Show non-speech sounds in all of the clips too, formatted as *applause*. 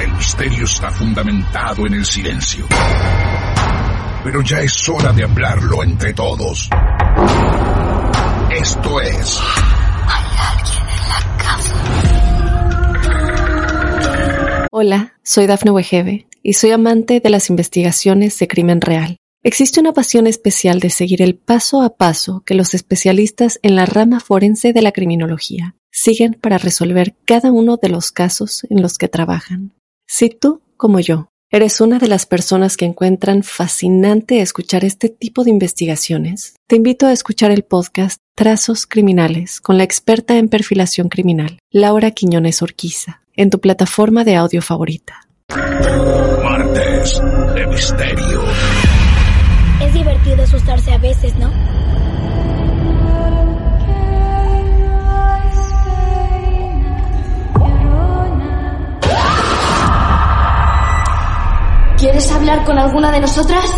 El misterio está fundamentado en el silencio. Pero ya es hora de hablarlo entre todos. Esto es Hola, soy Dafne Wegebe y soy amante de las investigaciones de crimen real. Existe una pasión especial de seguir el paso a paso que los especialistas en la rama forense de la criminología siguen para resolver cada uno de los casos en los que trabajan. Si tú, como yo, eres una de las personas que encuentran fascinante escuchar este tipo de investigaciones, te invito a escuchar el podcast Trazos Criminales con la experta en perfilación criminal, Laura Quiñones Orquiza, en tu plataforma de audio favorita. Martes de Misterio. Es divertido asustarse a veces, ¿no? ¿Quieres hablar con alguna de nosotras?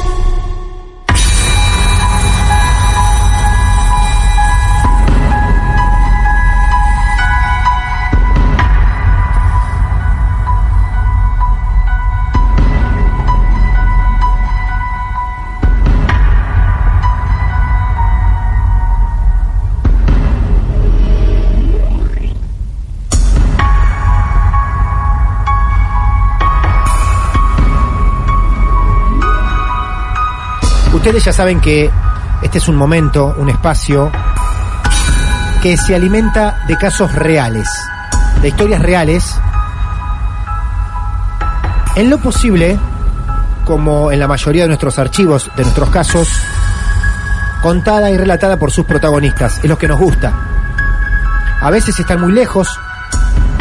Ustedes ya saben que este es un momento, un espacio que se alimenta de casos reales, de historias reales. En lo posible, como en la mayoría de nuestros archivos, de nuestros casos, contada y relatada por sus protagonistas, es lo que nos gusta. A veces están muy lejos,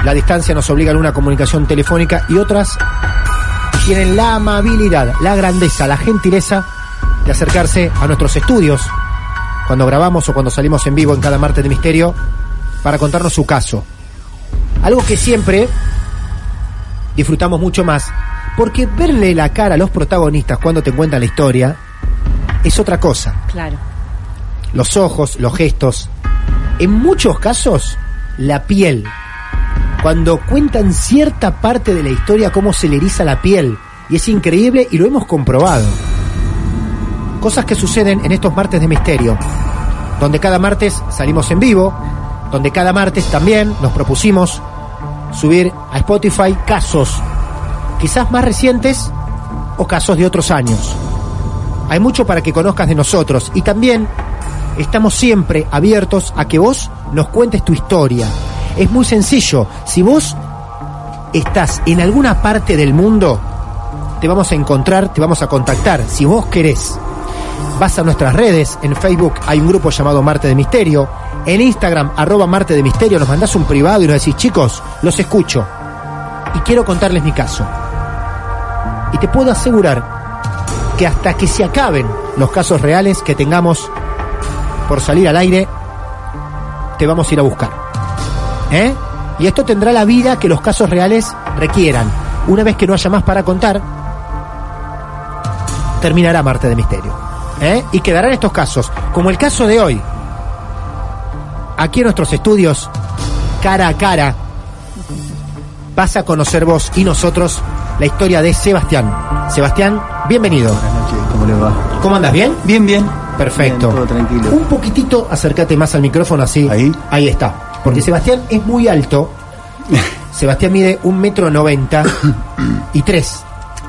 la distancia nos obliga a una comunicación telefónica y otras tienen la amabilidad, la grandeza, la gentileza de acercarse a nuestros estudios cuando grabamos o cuando salimos en vivo en cada martes de misterio para contarnos su caso. Algo que siempre disfrutamos mucho más, porque verle la cara a los protagonistas cuando te cuentan la historia es otra cosa. Claro. Los ojos, los gestos, en muchos casos la piel. Cuando cuentan cierta parte de la historia, cómo se le eriza la piel. Y es increíble y lo hemos comprobado cosas que suceden en estos martes de misterio, donde cada martes salimos en vivo, donde cada martes también nos propusimos subir a Spotify casos, quizás más recientes o casos de otros años. Hay mucho para que conozcas de nosotros y también estamos siempre abiertos a que vos nos cuentes tu historia. Es muy sencillo, si vos estás en alguna parte del mundo, te vamos a encontrar, te vamos a contactar, si vos querés vas a nuestras redes. En Facebook hay un grupo llamado Marte de Misterio. En Instagram, arroba Marte de Misterio, nos mandás un privado y nos decís, chicos, los escucho. Y quiero contarles mi caso. Y te puedo asegurar que hasta que se acaben los casos reales que tengamos por salir al aire, te vamos a ir a buscar. ¿Eh? Y esto tendrá la vida que los casos reales requieran. Una vez que no haya más para contar, terminará Marte de Misterio. ¿Eh? y quedarán estos casos, como el caso de hoy, aquí en nuestros estudios, cara a cara, vas a conocer vos y nosotros la historia de Sebastián. Sebastián, bienvenido. Buenas noches, ¿cómo les va? ¿Cómo andas? ¿Bien? Bien, bien. Perfecto. Bien, todo tranquilo. Un poquitito acércate más al micrófono así. Ahí. Mm. *laughs* Ahí está. Porque Sebastián es muy alto. Sebastián mide un metro *coughs* noventa y tres.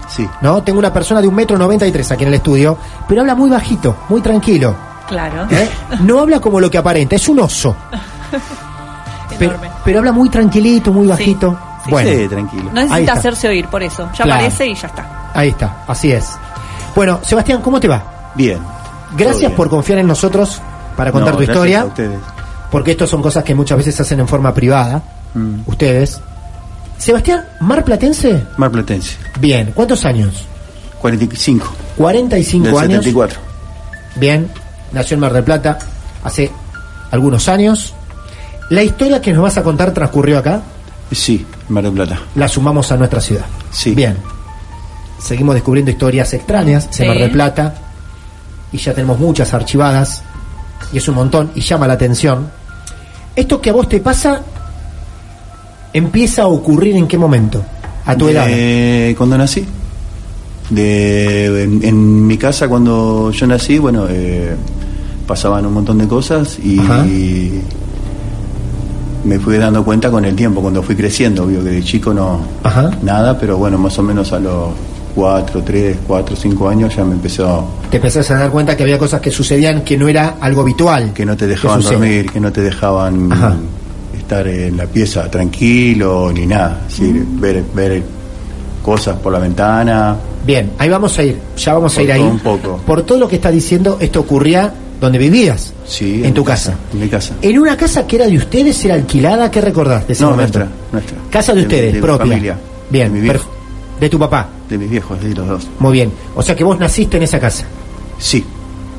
Sí. ¿No? Tengo una persona de un metro noventa y tres aquí en el estudio, pero habla muy bajito, muy tranquilo. Claro. *laughs* ¿eh? No habla como lo que aparenta, es *laughs* un oso. Pero, Enorme. pero habla muy tranquilito, muy bajito. sí. Bueno, Sí, tranquilo. No ahí necesita está. hacerse oír por eso. Ya Claro. aparece y ya está. ahí está, así es. Bueno, Sebastián, ¿cómo te va? Bien. Todo Gracias bien. por confiar en nosotros para contar No, tu gracias historia. a ustedes. porque esto son cosas que muchas veces hacen en forma privada, Mm. ustedes. Sebastián, Mar Platense, Mar Platense, bien, ¿cuántos años? 45. 45 Del años. 74. Bien, nació en Mar del Plata hace algunos años. La historia que nos vas a contar transcurrió acá, Sí, Mar del Plata. la sumamos a nuestra ciudad. Sí. Bien. Seguimos descubriendo historias extrañas Sí. en Mar del Plata y ya tenemos muchas archivadas y es un montón y llama la atención. Esto que a vos te pasa empieza a ocurrir en qué momento? A Eh, tu edad. De- Cuando nací. De, en, en mi casa cuando yo nací, bueno, eh, pasaban un montón de cosas y, Ajá. me fui dando cuenta con el tiempo, cuando fui creciendo, obvio que de chico no Ajá. nada, pero bueno, más o menos a los 4, 3, 4, 5 años ya me empezó Te empezás a dar cuenta que había cosas que sucedían que no era algo habitual. que no te que dejaban sucede. dormir, que no te dejaban Ajá. estar en la pieza tranquilo ni nada, es decir, Mm. ver, ver cosas por la ventana. Bien, ahí vamos a ir. Ya vamos a Por ir ahí. todo un poco. Por todo lo que está diciendo, esto ocurría donde vivías. Sí, en, tu casa. En mi casa. En una casa que era de ustedes, era alquilada, ¿qué recordás de ese No, momento? nuestra, nuestra. Casa de, De- ustedes, de mi propia. familia, Bien, de mi viejo. perf- de tu papá. De mis viejos, de los dos. Muy bien. O sea que vos naciste en esa casa. Sí.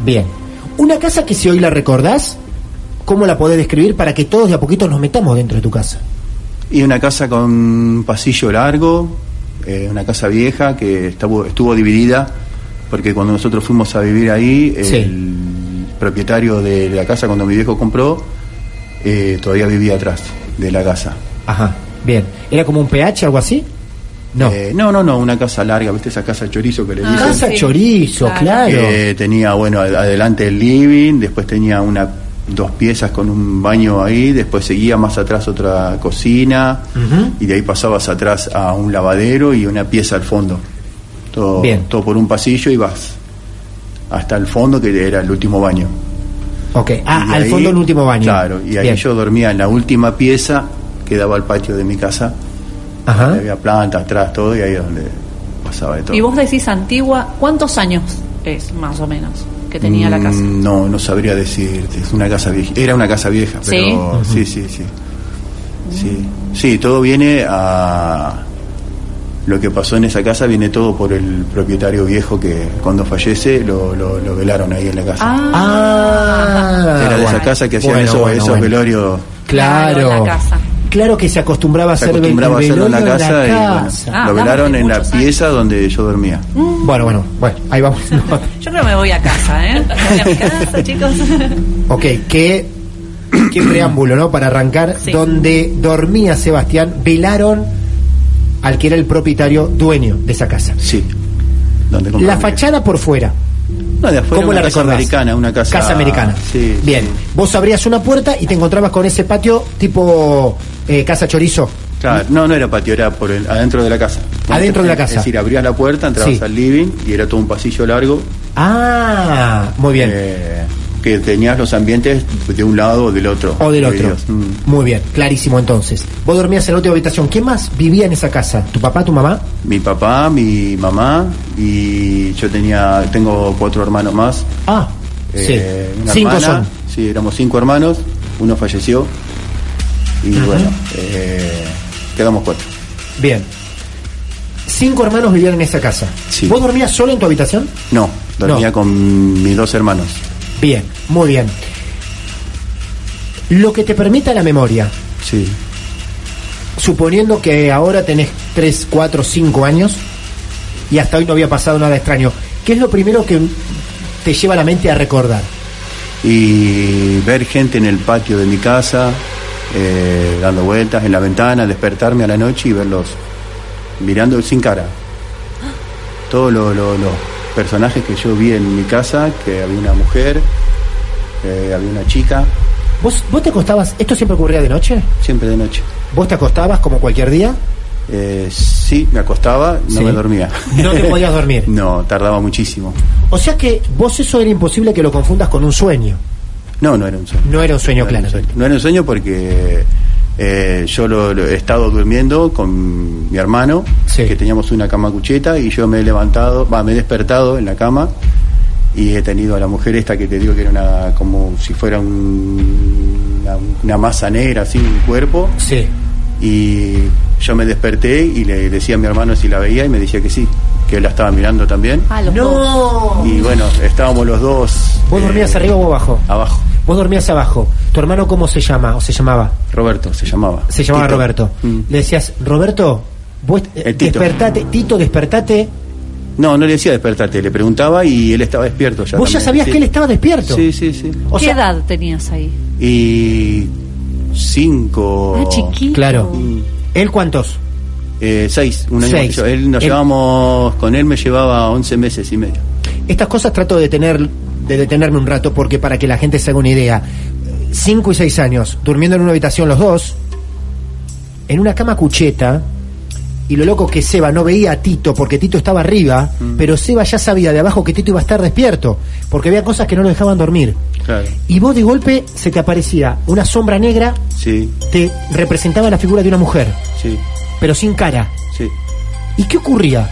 Bien. Una casa que si hoy la recordás, ¿cómo la podés describir para que todos de a poquito nos metamos dentro de tu casa? Y una casa con un pasillo largo, eh, una casa vieja que estuvo, estuvo dividida, porque cuando nosotros fuimos a vivir ahí, el propietario de la casa, cuando mi viejo compró, eh, todavía vivía atrás de la casa. Ajá. Bien. ¿Era como un pH, algo así? No. Eh, no, no, no, una casa larga, ¿viste? Esa casa chorizo que le Ah, dicen. casa sí. chorizo, Claro. Ah, claro. Eh, tenía, bueno, ad- adelante el living, después tenía una dos piezas con un baño ahí, después seguía más atrás otra cocina Ujú. y de ahí pasabas atrás a un lavadero y una pieza al fondo. Todo, Bien. todo por un pasillo y vas hasta el fondo que era el último baño. ok. Ah, Y al ahí- fondo el último baño. Claro, y ahí Bien. yo dormía en la última pieza que daba al patio de mi casa. Ajá. Había plantas atrás, todo, y ahí es donde pasaba de todo. Y vos decís antigua, ¿cuántos años es más o menos que tenía la casa? Mm, No, no sabría decirte. Es una casa vieja. Era una casa vieja, ¿Sí? pero sí, sí, sí. Sí, sí, todo viene a lo que pasó en esa casa viene todo por el propietario viejo que cuando fallece lo, lo- lo velaron ahí en la casa. Ah, Era de bueno. esa casa que hacían Bueno, esos, bueno, esos bueno. velorios. Claro. Claro, en la casa. Claro que se acostumbraba a Se hacer el acostumbraba a hacerlo en la velorio casa, y bueno, casa. Ah, lo vamos, velaron de en la muchos años. Mm. pieza donde yo dormía. Bueno, bueno, bueno, ahí *laughs* vamos. Yo creo que me voy a casa, ¿eh? Me voy a mi casa, chicos. ok, qué, qué preámbulo, ¿no? Para arrancar, Sí. donde dormía Sebastián, velaron al que era el propietario dueño de esa casa. Sí. Donde La compraron. fachada por fuera, No, de afuera ¿cómo una la casa recordás? americana, una casa. Casa americana. Sí. Bien, sí. vos abrías una puerta y te encontrabas con ese patio tipo eh, casa chorizo. Claro, no, no era patio, era por el- adentro de la casa. Adentro de la casa. Es decir, abrías la puerta, entrabas Sí. al living y era todo un pasillo largo. Ah, muy bien. eh, que tenías los ambientes de un lado o del otro. O del otro. Divididos. Mm. Muy bien, clarísimo entonces. Vos dormías en la última habitación. ¿Quién más vivía en esa casa? ¿Tu papá, tu mamá? Mi papá, mi mamá y yo tenía, tengo cuatro hermanos más. Ah, Eh, sí. una Cinco hermana. son. Sí, éramos cinco hermanos, uno falleció y bueno, eh, quedamos cuatro. Bien. Cinco hermanos vivían en esa casa. Sí. ¿Vos dormías solo en tu habitación? No, dormía No. con mis dos hermanos. Bien, muy bien. Lo que te permita la memoria, Sí. suponiendo que ahora tenés tres, cuatro, cinco años y hasta hoy no había pasado nada extraño, ¿qué es lo primero que te lleva la mente a recordar? y ver gente en el patio de mi casa eh, dando vueltas en la ventana, despertarme a la noche y verlos mirando sin cara. Todos lo- lo- los personajes que yo vi en mi casa, que había una mujer, eh, había una chica, ¿Vos, ¿Vos te acostabas? ¿Esto siempre ocurría de noche? siempre de noche. ¿Vos te acostabas como cualquier día? Eh, sí, me acostaba, no Sí. me dormía. No te podías dormir. *laughs* No, tardaba muchísimo. O sea que vos eso era imposible que lo confundas con un sueño. No, no era un sueño. No era un sueño, No era un claro. sueño. No era un sueño porque eh, yo lo, lo he estado durmiendo con mi hermano, Sí. que teníamos una cama cucheta, y yo me he levantado, va, me he despertado en la cama y he tenido a la mujer esta que te digo que era una, como si fuera un- una, una masa negra, así, un cuerpo. Sí. Y yo me desperté y le decía a mi hermano si la veía y me decía que sí, que la estaba mirando también. Ah, los dos. ¡No! Y bueno, estábamos los dos. ¿Vos eh, dormías arriba o abajo? Abajo. Vos dormías abajo. ¿Tu hermano cómo se llama o se llamaba? Roberto se llamaba. Se llamaba Tito. Roberto. Mm. Le decías, Roberto, vos eh, El Tito. despertate, Tito, despertate. No, no le decía despertate, le preguntaba y él estaba despierto ya. vos ya sabías también, sí. que él estaba despierto. Sí, sí, sí. O ¿Qué sea- edad tenías ahí? Y cinco. Ah, chiquito. Claro. ¿Él cuántos? Eh, seis, un año más Seis. que yo. Él nos Él- llevábamos, con él me llevaba 11 meses y medio. Estas cosas trato de detener, de detenerme un rato porque para que la gente se haga una idea. Cinco y seis años, durmiendo en una habitación los dos, en una cama cucheta, y lo loco que Seba no veía a Tito porque Tito estaba arriba, pero Seba ya sabía de abajo que Tito iba a estar despierto, porque había cosas que no lo dejaban dormir. Claro. Y vos de golpe se te aparecía una sombra negra, Sí, te representaba la figura de una mujer, sí, pero sin cara. sí. ¿Y qué ocurría?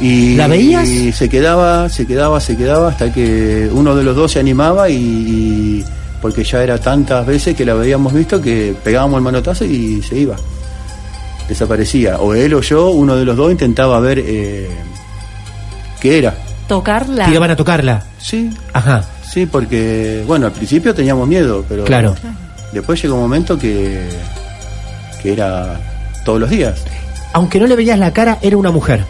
Y, ¿La veías? y se quedaba, se quedaba, se quedaba hasta que uno de los dos se animaba y, y- porque ya era tantas veces que la habíamos visto que pegábamos el manotazo y se iba. Desaparecía. O él o yo, uno de los dos intentaba ver eh, qué era. Tocarla. Te iban a tocarla. Sí, Ajá. sí, porque bueno, al principio teníamos miedo, pero Claro. después llegó un momento que, que era todos los días. Aunque no le veías la cara, era una mujer.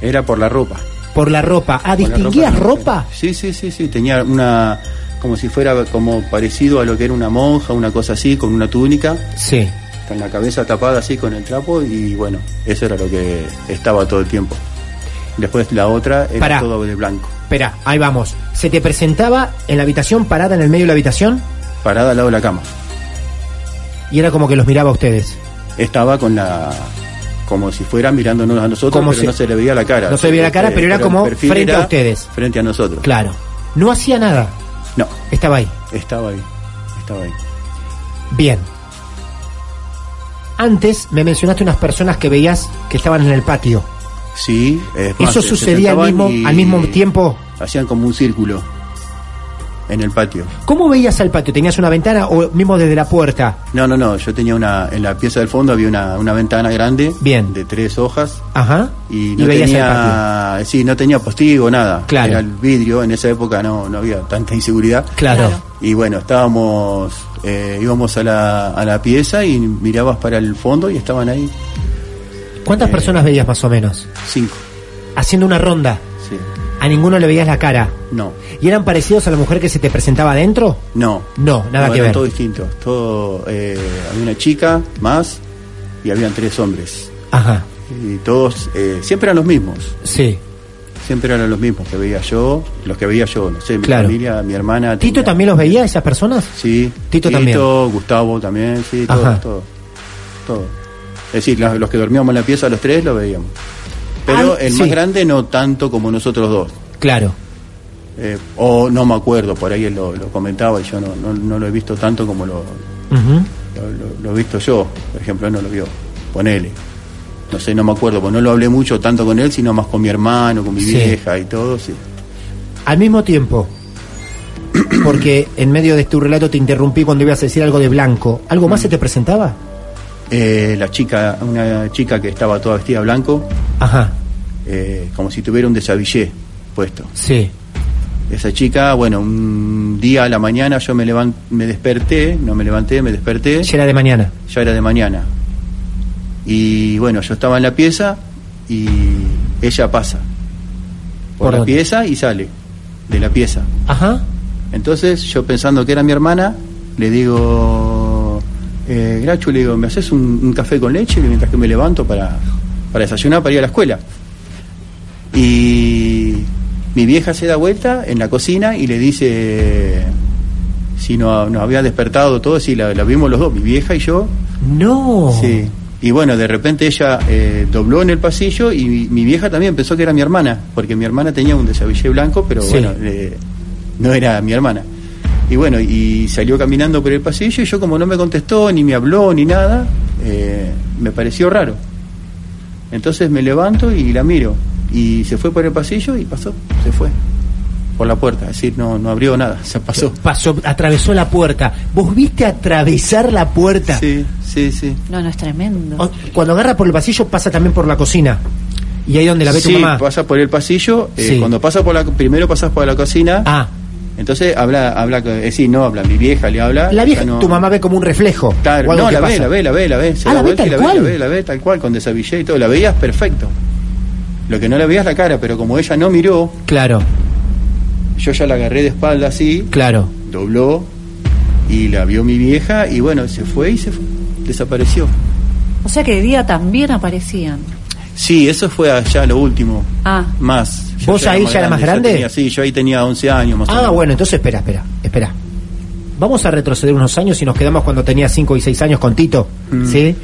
Era por la ropa. Por la ropa. Ah, Con la ¿distinguías no ropa? sé. Sí, sí, sí, sí. Tenía una. como si fuera como parecido a lo que era una monja, una cosa así, con una túnica, Sí. con la cabeza tapada así con el trapo, y bueno, eso era lo que estaba todo el tiempo. Después la otra era Pará. todo de blanco. Espera, ahí vamos. Se te presentaba en la habitación, parada en el medio de la habitación, Parada al lado de la cama. y era como que los miraba a ustedes. Estaba con la. como si fuera mirándonos a nosotros, Como pero si- no se le veía la cara. no se le veía la cara, Eh, pero era el como perfil frente a ustedes. Frente a nosotros. Claro. No hacía nada. No, Estaba ahí. estaba ahí. Estaba ahí. Bien. Antes me mencionaste unas personas que veías que estaban en el patio. Sí, es más, ¿Eso se- se sucedía al mismo, sentaban y- al mismo tiempo? Hacían como un círculo en el patio. ¿Cómo veías al patio? ¿Tenías una ventana o mismo desde la puerta? No, no, no, yo tenía una, en la pieza del fondo había una, una ventana grande Bien. de tres hojas Ajá. y no veías al patio. tenía, sí, no tenía postigo, nada. Claro. Era el vidrio, en esa época no, no había tanta inseguridad. Claro. Y bueno, estábamos, eh, íbamos a la, a la pieza y mirabas para el fondo y estaban ahí ¿Cuántas Eh. personas veías más o menos? cinco. Haciendo una ronda. Sí. A ninguno le veías la cara. No, ¿Y eran parecidos a la mujer que se te presentaba adentro? No. No, nada que eran ver. Todo distinto. Todo, eh, había una chica más y habían tres hombres. Ajá. Y todos, eh, siempre eran los mismos. Sí. Siempre eran los mismos que veía yo, los que veía yo, no sé, mi Claro. familia, mi hermana. ¿Tito tenía- también los veía, esas personas? Sí. Tito también. Gustavo también, sí, Ajá. todo, todo. todo. Es decir, los, los que dormíamos en la pieza, los tres, los veíamos. Pero Ah, el sí. más grande no tanto como nosotros dos. Claro. Eh, o no me acuerdo, por ahí él lo, lo comentaba y yo no, no, no lo he visto tanto como lo, Ujú. Lo- lo- lo he visto yo, por ejemplo, él no lo vio. Ponele. No sé, no me acuerdo, pues no lo hablé mucho tanto con él, sino más con mi hermano, con mi Sí. vieja y todo, sí. Al mismo tiempo, *clears throat* porque en medio de tu relato te interrumpí cuando ibas a decir algo de blanco, ¿algo más se te presentaba? Eh, la chica, una chica que estaba toda vestida de blanco, Ajá, eh, como si tuviera un desabillé puesto. sí. Esa chica, bueno, un día a la mañana yo me levan- me desperté, no me levanté, me desperté. Ya era de mañana. ya era de mañana. Y bueno, yo estaba en la pieza y ella pasa por, ¿Por la dónde? pieza y sale de la pieza. Ajá. Entonces yo pensando que era mi hermana, le digo, eh, Grachu, le digo, ¿me haces un, un café con leche mientras que me levanto para, para desayunar, para ir a la escuela? Y mi vieja se da vuelta en la cocina y le dice, Sí, no- nos había despertado todo, sí, la, la vimos los dos, mi vieja y yo. No. Sí. Y bueno, de repente ella eh, dobló en el pasillo y mi, mi vieja también pensó que era mi hermana, porque mi hermana tenía un desabillé blanco, pero Sí. bueno, eh, no era mi hermana. Y bueno, y salió caminando por el pasillo y yo como no me contestó, ni me habló, ni nada, eh, me pareció raro. Entonces me levanto y la miro. Y se fue por el pasillo y pasó, se fue. Por la puerta, es decir, no, no abrió nada, *laughs* se pasó. Pasó, atravesó la puerta. ¿Vos viste atravesar la puerta? Sí, sí, sí. No, no, es tremendo. O- Cuando agarra por el pasillo, pasa también por la cocina. Y ahí donde la ve sí, tu mamá. pasa por el pasillo. eh, Sí. Cuando pasa por la, primero pasas por la cocina. Ah, Entonces habla, habla, eh, sí, no habla. Mi vieja le habla. la vieja, ella no- tu mamá ve como un reflejo. Claro, o algo no, que la ve, pasa. la ve, la ve, la ve. Se Ah, da la ve vuelta tal y la ve, la cual. ve, la ve, tal cual, con desabillé y todo. La veías perfecto. Lo que no la veías la cara, pero como ella no miró, Claro, yo ya la agarré de espalda así, claro. dobló y la vio mi vieja y bueno, se fue y se fue. Desapareció. O sea que de día también aparecían. Sí, eso fue allá lo último. Ah. Más. Yo ¿Vos ahí ya era más grande? tenía- sí, yo ahí tenía 11 años más o Ah, menos. bueno, entonces espera, espera, espera. Vamos a retroceder unos años y nos quedamos cuando tenía 5 y 6 años con Tito. Mm. ¿Sí?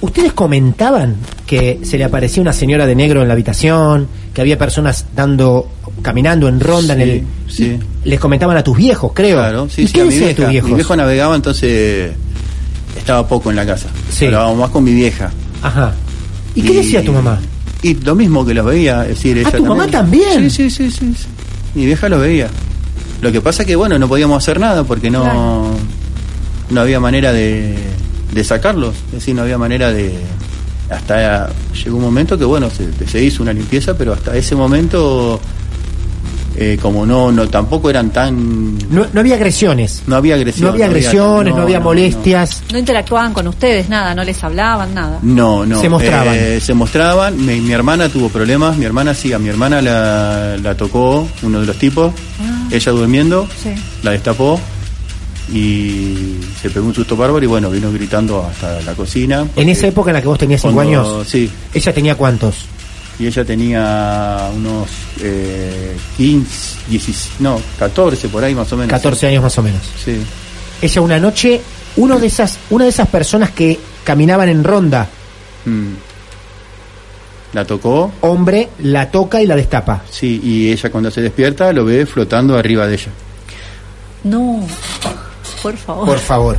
Ustedes comentaban que se le aparecía una señora de negro en la habitación, que había personas dando caminando en ronda en Sí, el sí. les comentaban a tus viejos, creo. Claro, sí, ¿Y sí, qué a mi decían vieja. tus viejos? Mi viejo navegaba, entonces estaba poco en la casa. Sí. Hablábamos más con mi vieja. Ajá. ¿Y, qué decía tu mamá? Ah, Y lo mismo que los veía, es decir, ella tu mamá también? Sí, sí, sí, sí, sí. Mi vieja los veía. Lo que pasa que, bueno, no podíamos hacer nada porque no, no había manera de, de sacarlos. Es decir, no había manera de... Hasta llegó un momento que, bueno, se, se hizo una limpieza, pero hasta ese momento, eh, como no, no tampoco eran tan... No, no había agresiones. No había agresión, No había no había- agresiones, no, no, había no, molestias. No interactuaban con ustedes, nada, no les hablaban, nada. No, no. Se mostraban. Eh, se mostraban. Mi, mi hermana tuvo problemas. Mi hermana sí, a mi hermana la, la tocó uno de los tipos. Ella durmiendo, Sí. la destapó y se pegó un susto bárbaro y bueno, vino gritando hasta la cocina. En esa época en la que vos tenías 5 Cuando- años. sí. ¿Ella tenía cuántos? Y ella tenía unos eh, 15, 16, no, 14 por ahí más o menos. 14 años más o menos. Sí. Ella una noche, uno de esas, una de esas personas que caminaban en ronda, Mm. La tocó. hombre, la toca y la destapa. Sí, y ella cuando se despierta lo ve flotando arriba de ella. No, por favor. Por favor.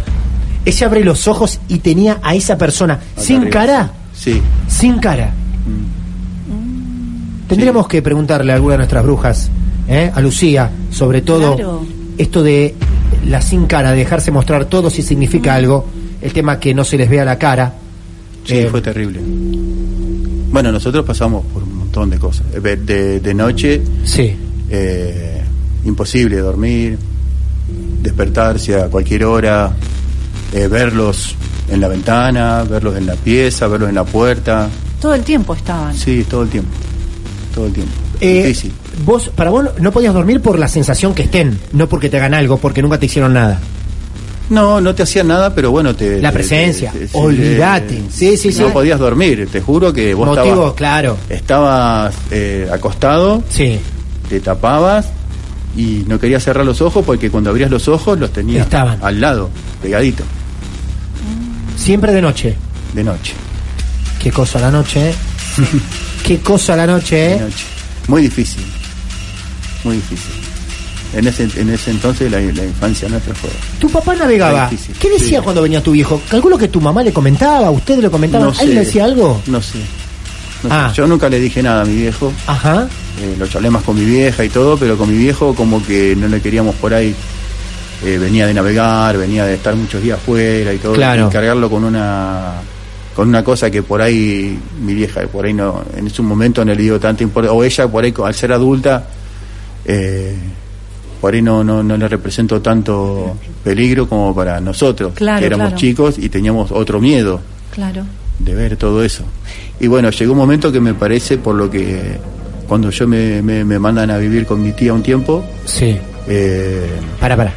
Ella abre los ojos y tenía a esa persona sin arriba, cara, Sí. sin cara. Tendríamos que preguntarle a alguna de nuestras brujas, ¿eh? a Lucía, sobre todo Claro. esto de la sin cara, de dejarse mostrar todo si significa algo, el tema que no se les vea la cara. Sí, Eh, fue terrible. Bueno, nosotros pasamos por un montón de cosas. Eh, De, de- de noche, Sí, eh, imposible dormir, despertarse a cualquier hora, eh, verlos en la ventana, verlos en la pieza, verlos en la puerta. Todo el tiempo estaban. Sí, todo el tiempo. Todo el tiempo. Eh, Difícil. Vos, para vos no podías dormir por la sensación que estén, no porque te hagan algo, porque nunca te hicieron nada. No, no te hacían nada, pero bueno, te. La te- presencia, te- te- olvídate. Sí, sí, sí. No podías dormir, te juro que vos Motivo, estabas, claro. estabas eh, acostado Sí, te tapabas y no querías cerrar los ojos porque cuando abrías los ojos los tenías Estaban. al lado, pegadito, siempre de noche. de noche, Qué cosa la noche, *laughs* ¿eh? Qué cosa la noche, de ¿eh? noche. Muy difícil, muy difícil. En ese, en ese entonces la, la infancia nuestra fue... Tu papá navegaba. Muy difícil. ¿Qué decía Sí. cuando venía tu viejo? Calculo que tu mamá le comentaba, ustedes le comentaban. ¿Alguien le decía algo? No sé. No sé. Ah. Yo nunca le dije nada a mi viejo, Ajá. eh, lo charlé más con mi vieja y todo, pero con mi viejo como que no le queríamos por ahí. Eh, venía de navegar, venía de estar muchos días fuera y todo, Claro. y cargarlo con una con una cosa que por ahí mi vieja por ahí no en su momento no le dio tanta importancia o ella por ahí co- al ser adulta eh, por ahí no, no no le representó tanto peligro como para nosotros Claro, que éramos claro. chicos y teníamos otro miedo Claro. de ver todo eso. Y bueno, llegó un momento que me parece, por lo que cuando yo me, me- me mandan a vivir con mi tía un tiempo, Sí. eh, Para, para.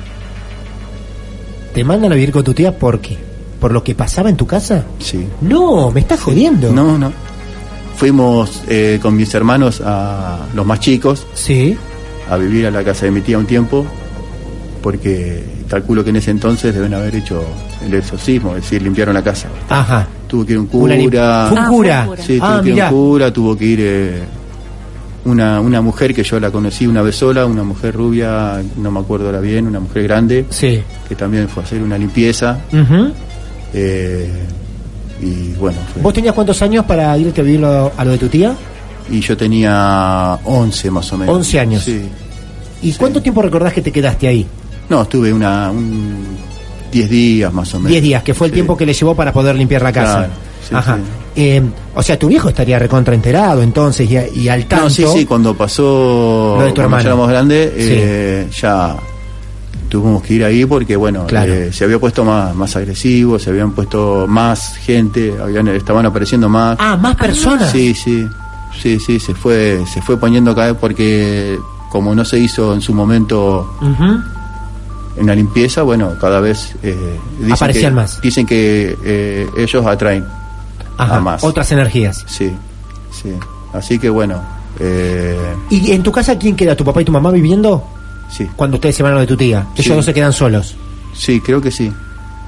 ¿Te mandan a vivir con tu tía por qué? ¿Por lo que pasaba en tu casa? sí. No, me estás jodiendo. No, no. Fuimos eh, con mis hermanos, a los más chicos, Sí. a vivir a la casa de mi tía un tiempo. porque calculo que en ese entonces deben haber hecho el exorcismo, es decir, limpiaron la casa. Ajá. Tuvo que ir un Una lim- cura. Fue un Ah, cura. fue un cura. Sí, tuvo ah, que ir mirá. un cura, tuvo que ir eh, una, una mujer que yo la conocí una vez sola, una mujer rubia, no me acuerdo ahora bien, una mujer grande, Sí. que también fue a hacer una limpieza. Ujú. eh, y bueno, fue- ¿Vos tenías cuántos años para irte a vivir lo- a lo de tu tía? y yo tenía 11 más o menos. 11 años. Sí. ¿Y cuánto tiempo recordás que te quedaste ahí? No, estuve una, un 10 días más o menos. 10 días, que fue el Sí. tiempo que le llevó para poder limpiar la casa. Claro, sí, Ajá. sí. Eh, o sea, tu viejo estaría recontra enterado entonces y, a- y al tanto. No, sí, sí, cuando pasó. Lo de tu cuando hermano. ya éramos grandes, eh, ya tuvimos que ir ahí porque, bueno, Claro. eh, se había puesto más, más agresivo, se habían puesto más gente, habían, estaban apareciendo más. Ah, más personas. Sí, sí, sí, sí, se fue, se fue poniendo cada vez porque, como no se hizo en su momento Ujú. en la limpieza, bueno, cada vez. eh, dicen Aparecían que- más. Dicen que eh, ellos atraen. Ajá, a más. otras energías. Sí, sí. Así que bueno, eh, ¿Y en tu casa quién queda? ¿Tu papá y tu mamá viviendo? sí, Cuando ustedes se van a lo de tu tía. Sí. Ellos dos se quedan solos. sí, creo que sí.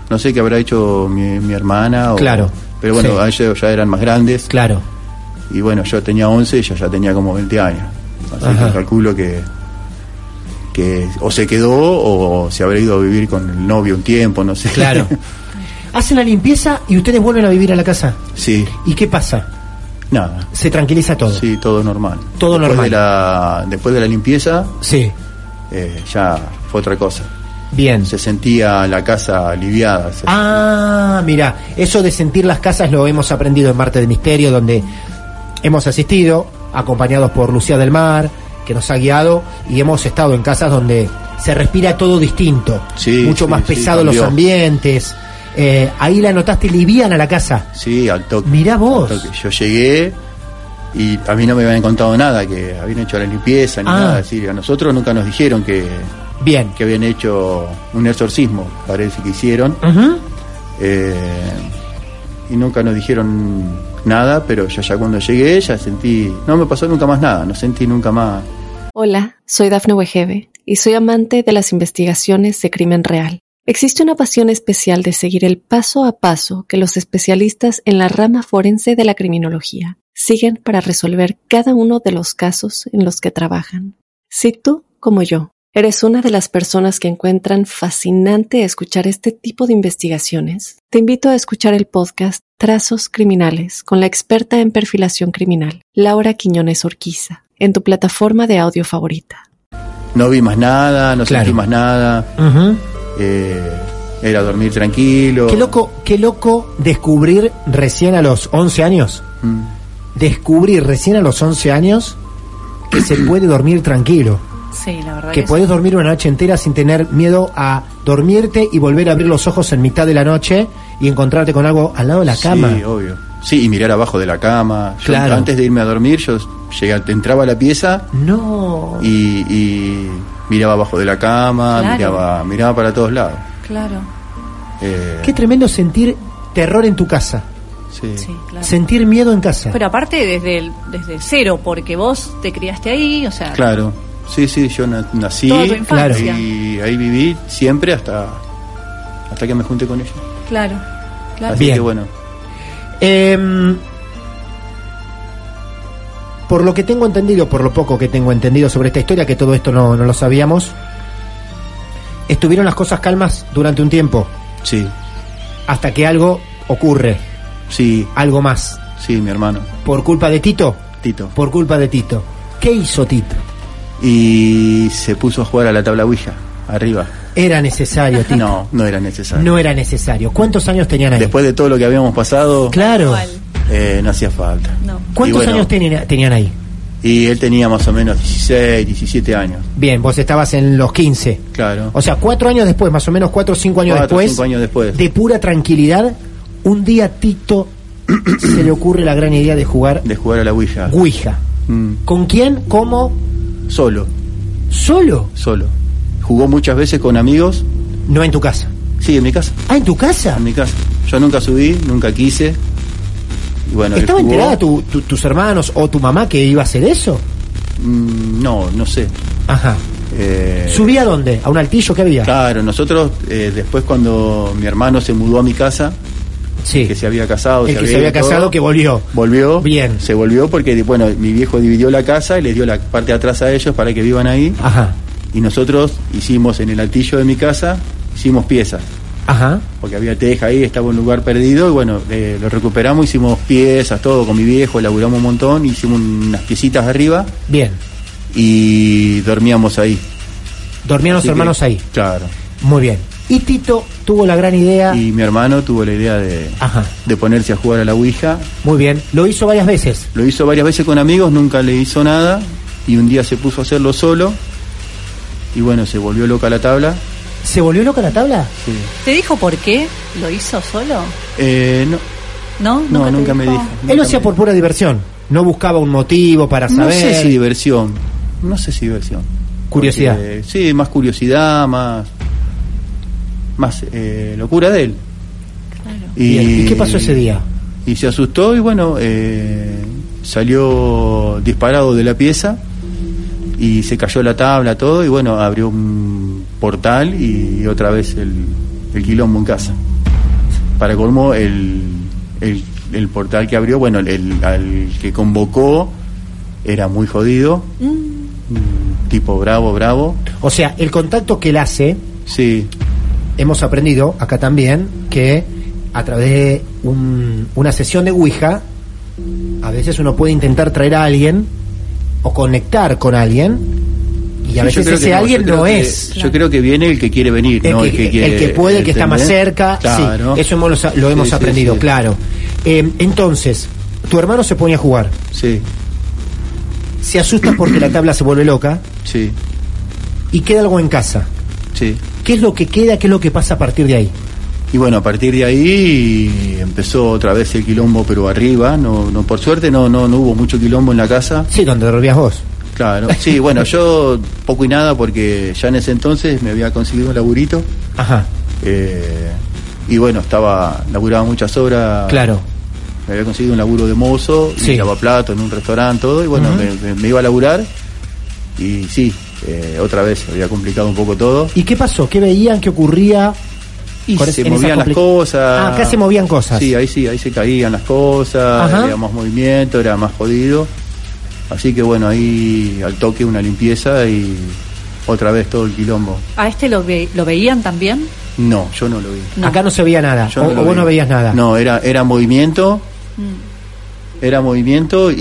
No sé qué habrá hecho mi, mi hermana. O, Claro. Pero bueno, Sí. ellos ya eran más grandes. Claro. Y bueno, yo tenía 11 y ella ya tenía como 20 años. Así Ajá. que calculo que, que o se quedó o se habrá ido a vivir con el novio un tiempo, no sé. Claro. Hacen la limpieza y ustedes vuelven a vivir a la casa. *laughs* sí, ¿Y qué pasa? nada. Se tranquiliza todo. Sí, todo normal. Todo después normal. De la, después de la limpieza, Sí. eh, ya fue otra cosa. Bien. Se sentía la casa aliviada. se- Ah, mira, eso de sentir las casas lo hemos aprendido en Marte de Misterio, donde hemos asistido, acompañados por Lucía del Mar, que nos ha guiado, y hemos estado en casas donde se respira todo distinto, Sí, mucho sí, más sí, pesado los cambió. ambientes. Eh, ahí la notaste liviana la casa. Sí, al toque. Mirá vos. Al toque. Yo llegué y a mí no me habían contado nada, que habían hecho la limpieza ni Ah. nada. así. a nosotros nunca nos dijeron que, Bien. que habían hecho un exorcismo, parece que hicieron. Ujú. Eh, y nunca nos dijeron nada, pero yo ya cuando llegué ya sentí... No me pasó nunca más nada, no sentí nunca más... Hola, soy Dafne Wegebe y soy amante de las investigaciones de crimen real. Existe una pasión especial de seguir el paso a paso que los especialistas en la rama forense de la criminología siguen para resolver cada uno de los casos en los que trabajan. Si tú, como yo, eres una de las personas que encuentran fascinante escuchar este tipo de investigaciones, te invito a escuchar el podcast Trazos Criminales con la experta en perfilación criminal, Laura Quiñones Orquiza, en tu plataforma de audio favorita. No vi más nada, no Claro. sentí más nada. Ujú. eh, era dormir tranquilo. Qué loco, qué loco descubrir recién a los 11 años. Mm. Descubrir recién a los 11 años que se puede dormir tranquilo. Sí, la verdad. Que sí. puedes dormir una noche entera sin tener miedo a dormirte y volver a abrir los ojos en mitad de la noche y encontrarte con algo al lado de la cama. Sí, obvio. Sí, y mirar abajo de la cama. Yo Claro. antes de irme a dormir, yo llegué, entraba a la pieza No. y, y miraba abajo de la cama, Claro. miraba, miraba para todos lados. Claro, Eh, Qué tremendo sentir terror en tu casa. sí. sí, claro. Sentir miedo en casa. Pero aparte desde el, desde el cero, porque vos te criaste ahí, o sea, Claro. Sí, sí, yo na- nací Toda tu infancia. y ahí viví siempre hasta hasta que me junté con ella. claro, claro. Así Bien. que bueno, Em, por lo que tengo entendido, por lo poco que tengo entendido sobre esta historia, que todo esto no, no lo sabíamos, estuvieron las cosas calmas durante un tiempo, sí, hasta que algo ocurre, sí, algo más. sí, mi hermano, ¿Por culpa de Tito? Tito. Por culpa de Tito. ¿Qué hizo Tito? Y se puso a jugar a la tabla Ouija, arriba. Era necesario, Tito. No, no era necesario. No era necesario. ¿Cuántos años tenían ahí? Después de todo lo que habíamos pasado, Claro. Igual, eh, no hacía falta. No. ¿Cuántos Y bueno, años tenían, tenían ahí? Y él tenía más o menos 16, 17 años. Bien, vos estabas en los 15. Claro. O sea, cuatro años después, más o menos cuatro o cinco años Cuatro, después. cinco años después. De pura tranquilidad, un día *clears throat* Tito se le ocurre la gran idea de jugar de jugar a la Ouija. Ouija. Mm, ¿Con quién? ¿Cómo? solo, ¿Solo? solo. Jugó muchas veces con amigos. No en tu casa. Sí, en mi casa. Ah, ¿en tu casa? En mi casa. Yo nunca subí, nunca quise. Y bueno, él ¿Estaba jugó. enterada tu- tu- tus hermanos o tu mamá que iba a hacer eso? Mm, no, no sé. Ajá. Eh, ¿Subía a dónde? ¿A un altillo que había? Claro, nosotros eh, después cuando mi hermano se mudó a mi casa, Sí. que se había casado, El que se había ido todo, casado que volvió. volvió, Bien. se volvió porque bueno, mi viejo dividió la casa y les dio la parte de atrás a ellos para que vivan ahí Ajá. y nosotros hicimos en el altillo de mi casa, hicimos piezas, Ajá. porque había teja ahí, estaba un lugar perdido y bueno, eh, lo recuperamos, hicimos piezas, todo con mi viejo, laburamos un montón, hicimos unas piecitas arriba Bien. y dormíamos ahí. Dormían los Así que- hermanos ahí. Claro. Muy bien. Y Tito tuvo la gran idea. Y mi hermano tuvo la idea de, Ajá. de ponerse a jugar a la Ouija. Muy bien. Lo hizo varias veces. Lo hizo varias veces con amigos, nunca le hizo nada. Y un día se puso a hacerlo solo. Y bueno, se volvió loca la tabla. ¿Se volvió loca la tabla? Sí. ¿Te dijo por qué lo hizo solo? Eh, no, ¿No? no, te nunca me dijo. Él lo Nunca hacía me- por pura diversión. No buscaba un motivo para saber. No sé si diversión. No sé si diversión. Curiosidad. Porque, sí, más curiosidad, más. Más eh, locura de él. Bien. ¿Y qué pasó ese día? Y se asustó y bueno, eh, salió disparado de la pieza y se cayó la tabla, todo, y bueno, abrió un portal y otra vez el, el quilombo en casa. Para colmo, el, el, el portal que abrió, bueno, el, al que convocó era muy jodido, Mm, tipo bravo, bravo, O sea, el contacto que él hace, sí, hemos aprendido acá también que a través de un- una sesión de Ouija, a veces uno puede intentar traer a alguien o conectar con alguien. Y a Sí, yo veces creo que ese no, yo alguien creo no que- es. Yo creo que viene el que quiere venir, El, no que, el que el quiere. que puede, el que está más ¿entendés? cerca. Claro. Sí, eso hemos- lo, lo Sí, hemos sí, aprendido, sí. claro. Eh, entonces, tu hermano se pone a jugar. Sí, Se asusta porque la tabla se vuelve loca sí, y queda algo en casa. sí. ¿Qué es lo que queda? ¿Qué es lo que pasa a partir de ahí? Y bueno, a partir de ahí empezó otra vez el quilombo, pero arriba. No, no, por suerte no, no, no hubo mucho quilombo en la casa. Sí, donde dormías vos. Claro. Sí, *laughs* bueno, yo poco y nada porque ya en ese entonces me había conseguido un laburito. Ajá, eh, y bueno, estaba laburaba muchas horas. claro. Me había conseguido un laburo de mozo, Sí. y lavaplato en un restaurante, todo, y bueno, me, me- me iba a laburar. Y sí, eh, otra vez había complicado un poco todo. ¿Y qué pasó? ¿Qué veían? ¿Qué ocurría? Y Con se ese- en esas movían las compli- cosas. Ah, acá se movían cosas. Sí, ahí sí, ahí se caían las cosas, Ajá. había más movimiento, era más jodido. Así que bueno, ahí al toque una limpieza y otra vez todo el quilombo. ¿A este lo, ve- lo veían también? No, yo no lo vi. No. Acá no se veía nada. Yo o lo o vos vi. no veías nada. No, era, era movimiento. Mm. Era movimiento y,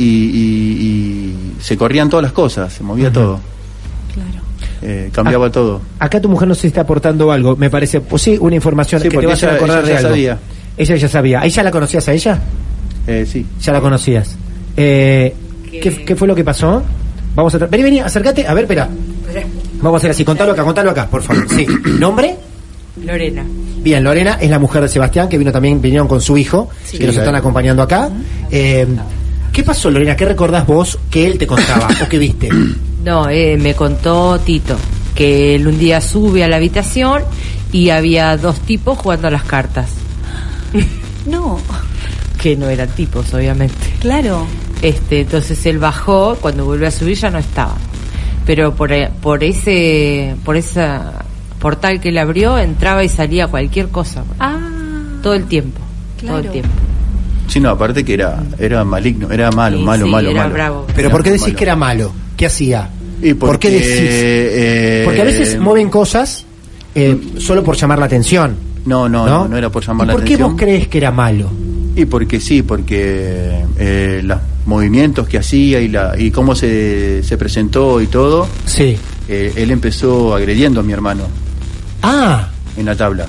y- y se corrían todas las cosas, se movía todo. Claro. Eh, cambiaba Ah. todo. Acá tu mujer nos está aportando algo, me parece. Pues sí, una información Sí, que te porque vas a ella- acordar ella de ya algo. sabía. Ella ya sabía. ¿Ahí ya la conocías a ella? Eh, sí. Ya la conocías. Eh, ¿qué, qué fue lo que pasó? Vamos a... tra- Vení, vení, acércate. A ver, espera. Vamos a hacer así. Contalo acá, contalo acá, por favor. Sí. ¿Nombre? Lorena. Bien, Lorena es la mujer de Sebastián, que vino también, vinieron con su hijo, que nos están acompañando acá. Eh, ¿Qué pasó, Lorena? ¿Qué recordás vos que él te contaba o que *coughs* viste? No, eh, me contó Tito que él un día sube a la habitación y había dos tipos jugando a las cartas. No, Que no eran tipos, obviamente. claro. Este, entonces él bajó, cuando volvió a subir ya no estaba. Pero por, eh, por ese por esa portal que él abrió entraba y salía cualquier cosa. Ah, Todo el tiempo. Todo el Claro. tiempo. Sí, no, aparte que era, era maligno, era malo, Sí, malo, sí, malo, era malo. bravo. Pero ¿por qué decís malo. que era malo? ¿Qué hacía? Y ¿Por qué porque, decís? eh, Porque a veces mueven cosas eh, solo por llamar la atención. No, no, no, no era por llamar ¿Y la ¿Por qué atención? vos crees que era malo? Y porque sí, porque eh, los movimientos que hacía y, la, y cómo se, se presentó y todo, Sí. eh, él empezó agrediendo a mi hermano Ah, en la tabla.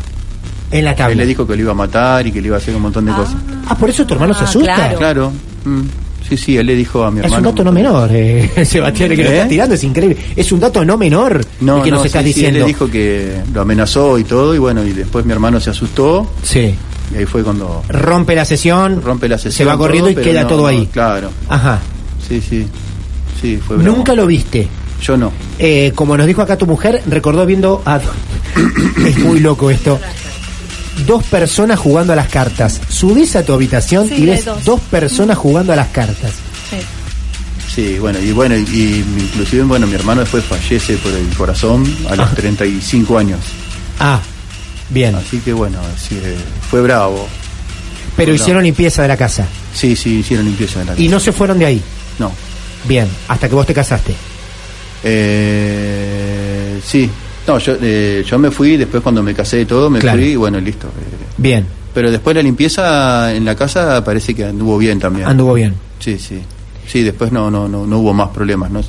en la Él tabla. le dijo que lo iba a matar y que le iba a hacer un montón de cosas. Ah, por eso tu hermano se asusta. Claro. Mm. Sí, sí, él le dijo a mi Es hermano. un dato no menor, eh, *laughs* Sebastián, el que nos ¿Eh? está tirando es increíble. Es un dato no menor No, el que no, nos sí, estás sí, diciendo. él le dijo que lo amenazó y todo, y bueno, y después mi hermano se asustó, Sí. y ahí fue cuando rompe la sesión, rompe la sesión. se va corriendo todo, y pero queda no, todo no, ahí. Claro, Ajá. sí, sí. Sí, fue bravo. Nunca lo viste. Yo no. Eh, como nos dijo acá tu mujer, recordó viendo a. *coughs* es muy loco esto. Dos personas jugando a las cartas. Subís a tu habitación Sí, y hay ves dos. dos personas jugando a las cartas. sí. Sí, bueno, y bueno, y, y inclusive, bueno, mi hermano después fallece por el corazón a los 35 años. Ah, bien. Así que bueno, sí, eh, fue bravo. Pero no. hicieron limpieza de la casa. Sí, sí, hicieron limpieza en la Y casa. no se fueron de ahí. No. Bien, hasta que vos te casaste. Eh, sí. No, yo, eh, yo me fui, después cuando me casé y todo, me Claro. fui y bueno, listo. Eh, Bien, Pero después la limpieza en la casa parece que anduvo bien también. anduvo bien. Sí, sí. Sí, después no, no, no, no hubo más problemas, ¿no?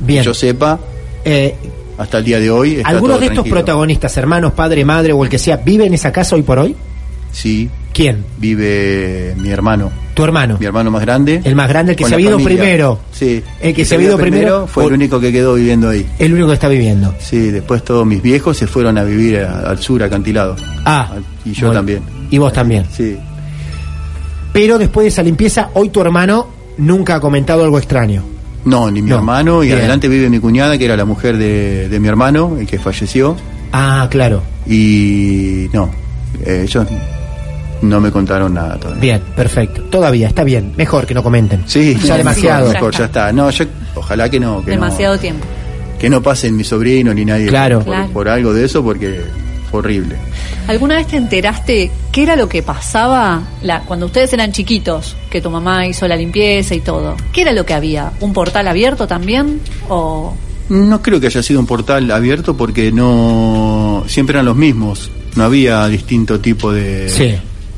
Bien. Que yo sepa, Eh, hasta el día de hoy. está ¿Algunos todo de estos tranquilo. protagonistas, hermanos, padre, madre o el que sea, vive en esa casa hoy por hoy? Sí, ¿Quién? vive mi hermano. Tu hermano. Mi hermano más grande. El más grande, el que Con se la ha ido familia. primero. Sí. El que se ha ido primero fue por- el único que quedó viviendo ahí. El único que está viviendo. Sí, después todos mis viejos se fueron a vivir a- al sur, acantilado. Ah. Y yo Bueno, también. Y vos también. Sí. Pero después de esa limpieza, hoy tu hermano nunca ha comentado algo extraño. No, ni mi No. hermano, y Bien. adelante vive mi cuñada, que era la mujer de, de mi hermano, el que falleció. Ah, claro. Y no, eh, ellos no me contaron nada todavía. Bien, perfecto. Todavía, está bien. Mejor que no comenten. Sí, ya no, demasiado. mejor, ya está. No, yo, ojalá que no. Que Demasiado no, tiempo. Que no pasen mis sobrinos ni nadie Claro. por, Claro. por algo de eso, porque fue horrible. ¿Alguna vez te enteraste qué era lo que pasaba la, cuando ustedes eran chiquitos, que tu mamá hizo la limpieza y todo? ¿Qué era lo que había? ¿Un portal abierto también? ¿O No creo que haya sido un portal abierto porque no siempre eran los mismos. No había distinto tipo de, Sí.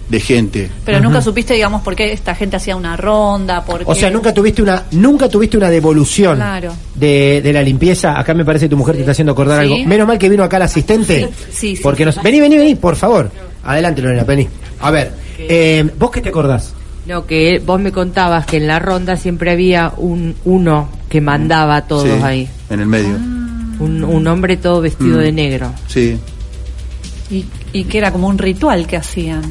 de gente. pero nunca supiste, digamos, por qué esta gente hacía una ronda, por O qué- sea, nunca tuviste una, nunca tuviste una devolución Claro. de, de la limpieza. Acá me parece que tu mujer te está haciendo acordar Sí. algo. Menos mal que vino acá la asistente. *laughs* Sí, sí, porque sí. nos. Vení, vení, vení, por favor. Adelante, Lorena, vení. A ver, eh, ¿vos qué te acordás? No, que vos me contabas que en la ronda siempre había un uno que mandaba a todos Sí, ahí. Ah. En el medio. Un, un hombre todo vestido de negro. Sí. Y, y que era como un ritual que hacían.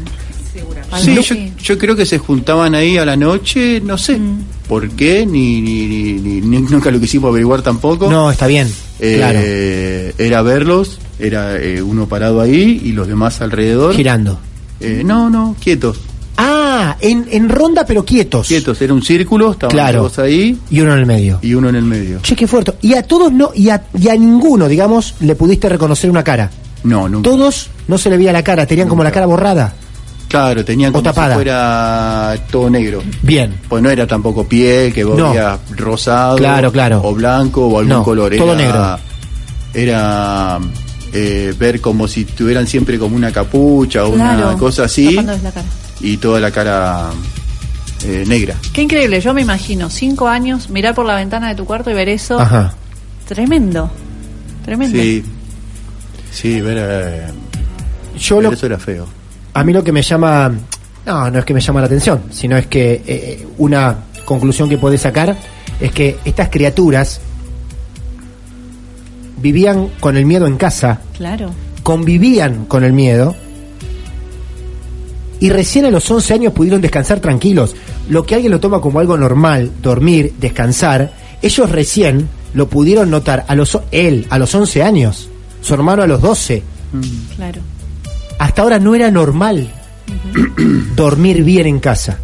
Algo Sí, yo, así. yo creo que se juntaban ahí a la noche, no sé Mm. por qué, ni, ni- ni- ni- ni- *laughs* nunca lo quisimos averiguar tampoco. No, está bien. Eh, claro. Era verlos, era eh, uno parado ahí y los demás alrededor. Girando. Eh, no, no, quietos. Ah, en, en ronda pero quietos. Quietos, era un círculo, estaban Claro. todos ahí Y uno en el medio. y uno en el medio. Che, qué fuerte. Y a todos no, y a, y a ninguno, digamos, le pudiste reconocer una cara. No, nunca. Todos no se le veía la cara, tenían como la cara borrada. Claro, tenían O como tapada. si fuera todo negro. Bien. Pues no era tampoco piel, que vos No. veías rosado, Claro, claro. o blanco, o algún No, color. todo era, negro. Era eh, ver como si tuvieran siempre como una capucha o Claro, una cosa así, tapándoles la cara. y toda la cara eh, negra. Qué increíble, yo me imagino, cinco años, mirar por la ventana de tu cuarto y ver eso. Ajá. Tremendo, tremendo. Sí, sí, ver, eh, Yo ver lo, eso era feo. A mí lo que me llama, no, no es que me llama la atención, sino es que eh, una conclusión que podés sacar es que estas criaturas vivían con el miedo en casa, Claro. convivían con el miedo y recién a los 11 años pudieron descansar tranquilos. Lo que alguien lo toma como algo normal, dormir, descansar, ellos recién lo pudieron notar a los o- él a los 11 años, su hermano a los 12 Claro. hasta ahora no era normal dormir bien en casa.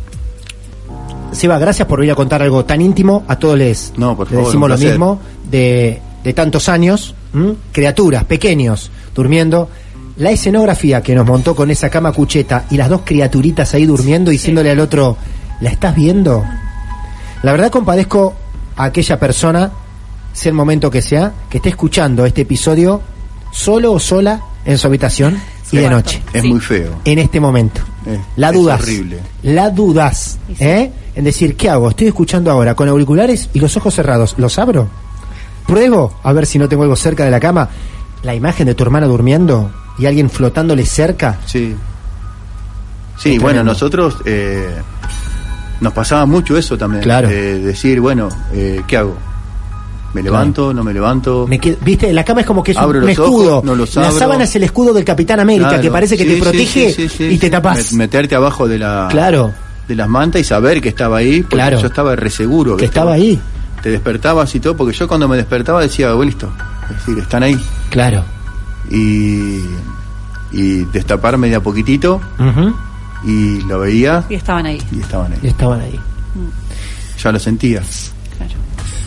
Seba, gracias por venir a contar algo tan íntimo. A todos les, No, por les favor, decimos un lo placer. mismo de, de tantos años. ¿m? Criaturas, pequeños, durmiendo. La escenografía que nos montó con esa cama cucheta y las dos criaturitas ahí durmiendo, diciéndole al otro, ¿la estás viendo? La verdad compadezco a aquella persona, sea el momento que sea, que esté escuchando este episodio solo o sola en su habitación y de noche Es muy feo. en este momento. Eh, la es dudas. horrible. La dudas. ¿eh? En decir, ¿qué hago? Estoy escuchando ahora con auriculares y los ojos cerrados. ¿Los abro? ¿Pruebo? A ver si no tengo algo cerca de la cama. La imagen de tu hermana durmiendo y alguien flotándole cerca. Sí. Sí, Es bueno, tremendo. nosotros eh, nos pasaba mucho eso también. Claro. De decir, bueno, eh, ¿qué hago? ¿Me levanto? ¿No me levanto? Me quedo- ¿Viste? La cama es como que es un, Abro un los ojos, escudo. no los la abro. sábana es el escudo del Capitán América Claro. que parece que Sí, te sí, protege sí, sí, y sí. te tapás. Me- meterte abajo de la Claro. de las mantas y saber que estaba ahí, porque Claro. yo estaba re seguro. Que ¿viste? estaba ahí. Te despertabas y todo, porque yo cuando me despertaba decía, bueno, listo, es decir, están ahí. Claro. Y, y destaparme de a poquitito Ujú. y lo veía Y estaban ahí. y estaban Y ahí. estaban ahí. Ya lo sentía. Claro.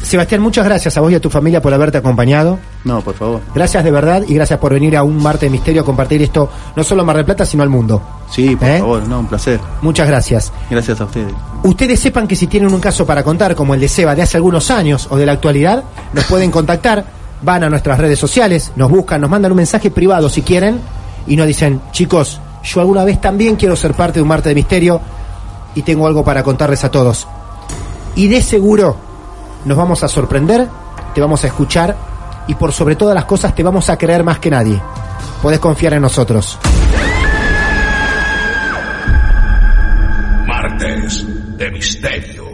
Sebastián, muchas gracias a vos y a tu familia por haberte acompañado. No, por favor. Gracias de verdad y gracias por venir a un martes de misterio a compartir esto, no solo a Mar del Plata, sino al mundo. Sí, por ¿Eh? favor, no, un placer. Muchas gracias. Gracias a ustedes. Ustedes sepan que si tienen un caso para contar, como el de Seba de hace algunos años o de la actualidad, nos pueden contactar, van a nuestras redes sociales, nos buscan, nos mandan un mensaje privado si quieren y nos dicen, chicos, yo alguna vez también quiero ser parte de un martes de misterio y tengo algo para contarles a todos. Y de seguro nos vamos a sorprender, te vamos a escuchar y por sobre todas las cosas te vamos a creer más que nadie. Podés confiar en nosotros. Martes de Misterio.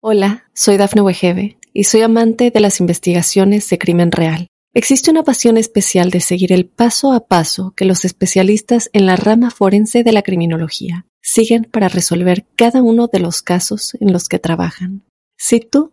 Hola, soy Dafne Wegebe y soy amante de las investigaciones de crimen real. Existe una pasión especial de seguir el paso a paso que los especialistas en la rama forense de la criminología siguen para resolver cada uno de los casos en los que trabajan. Si tú,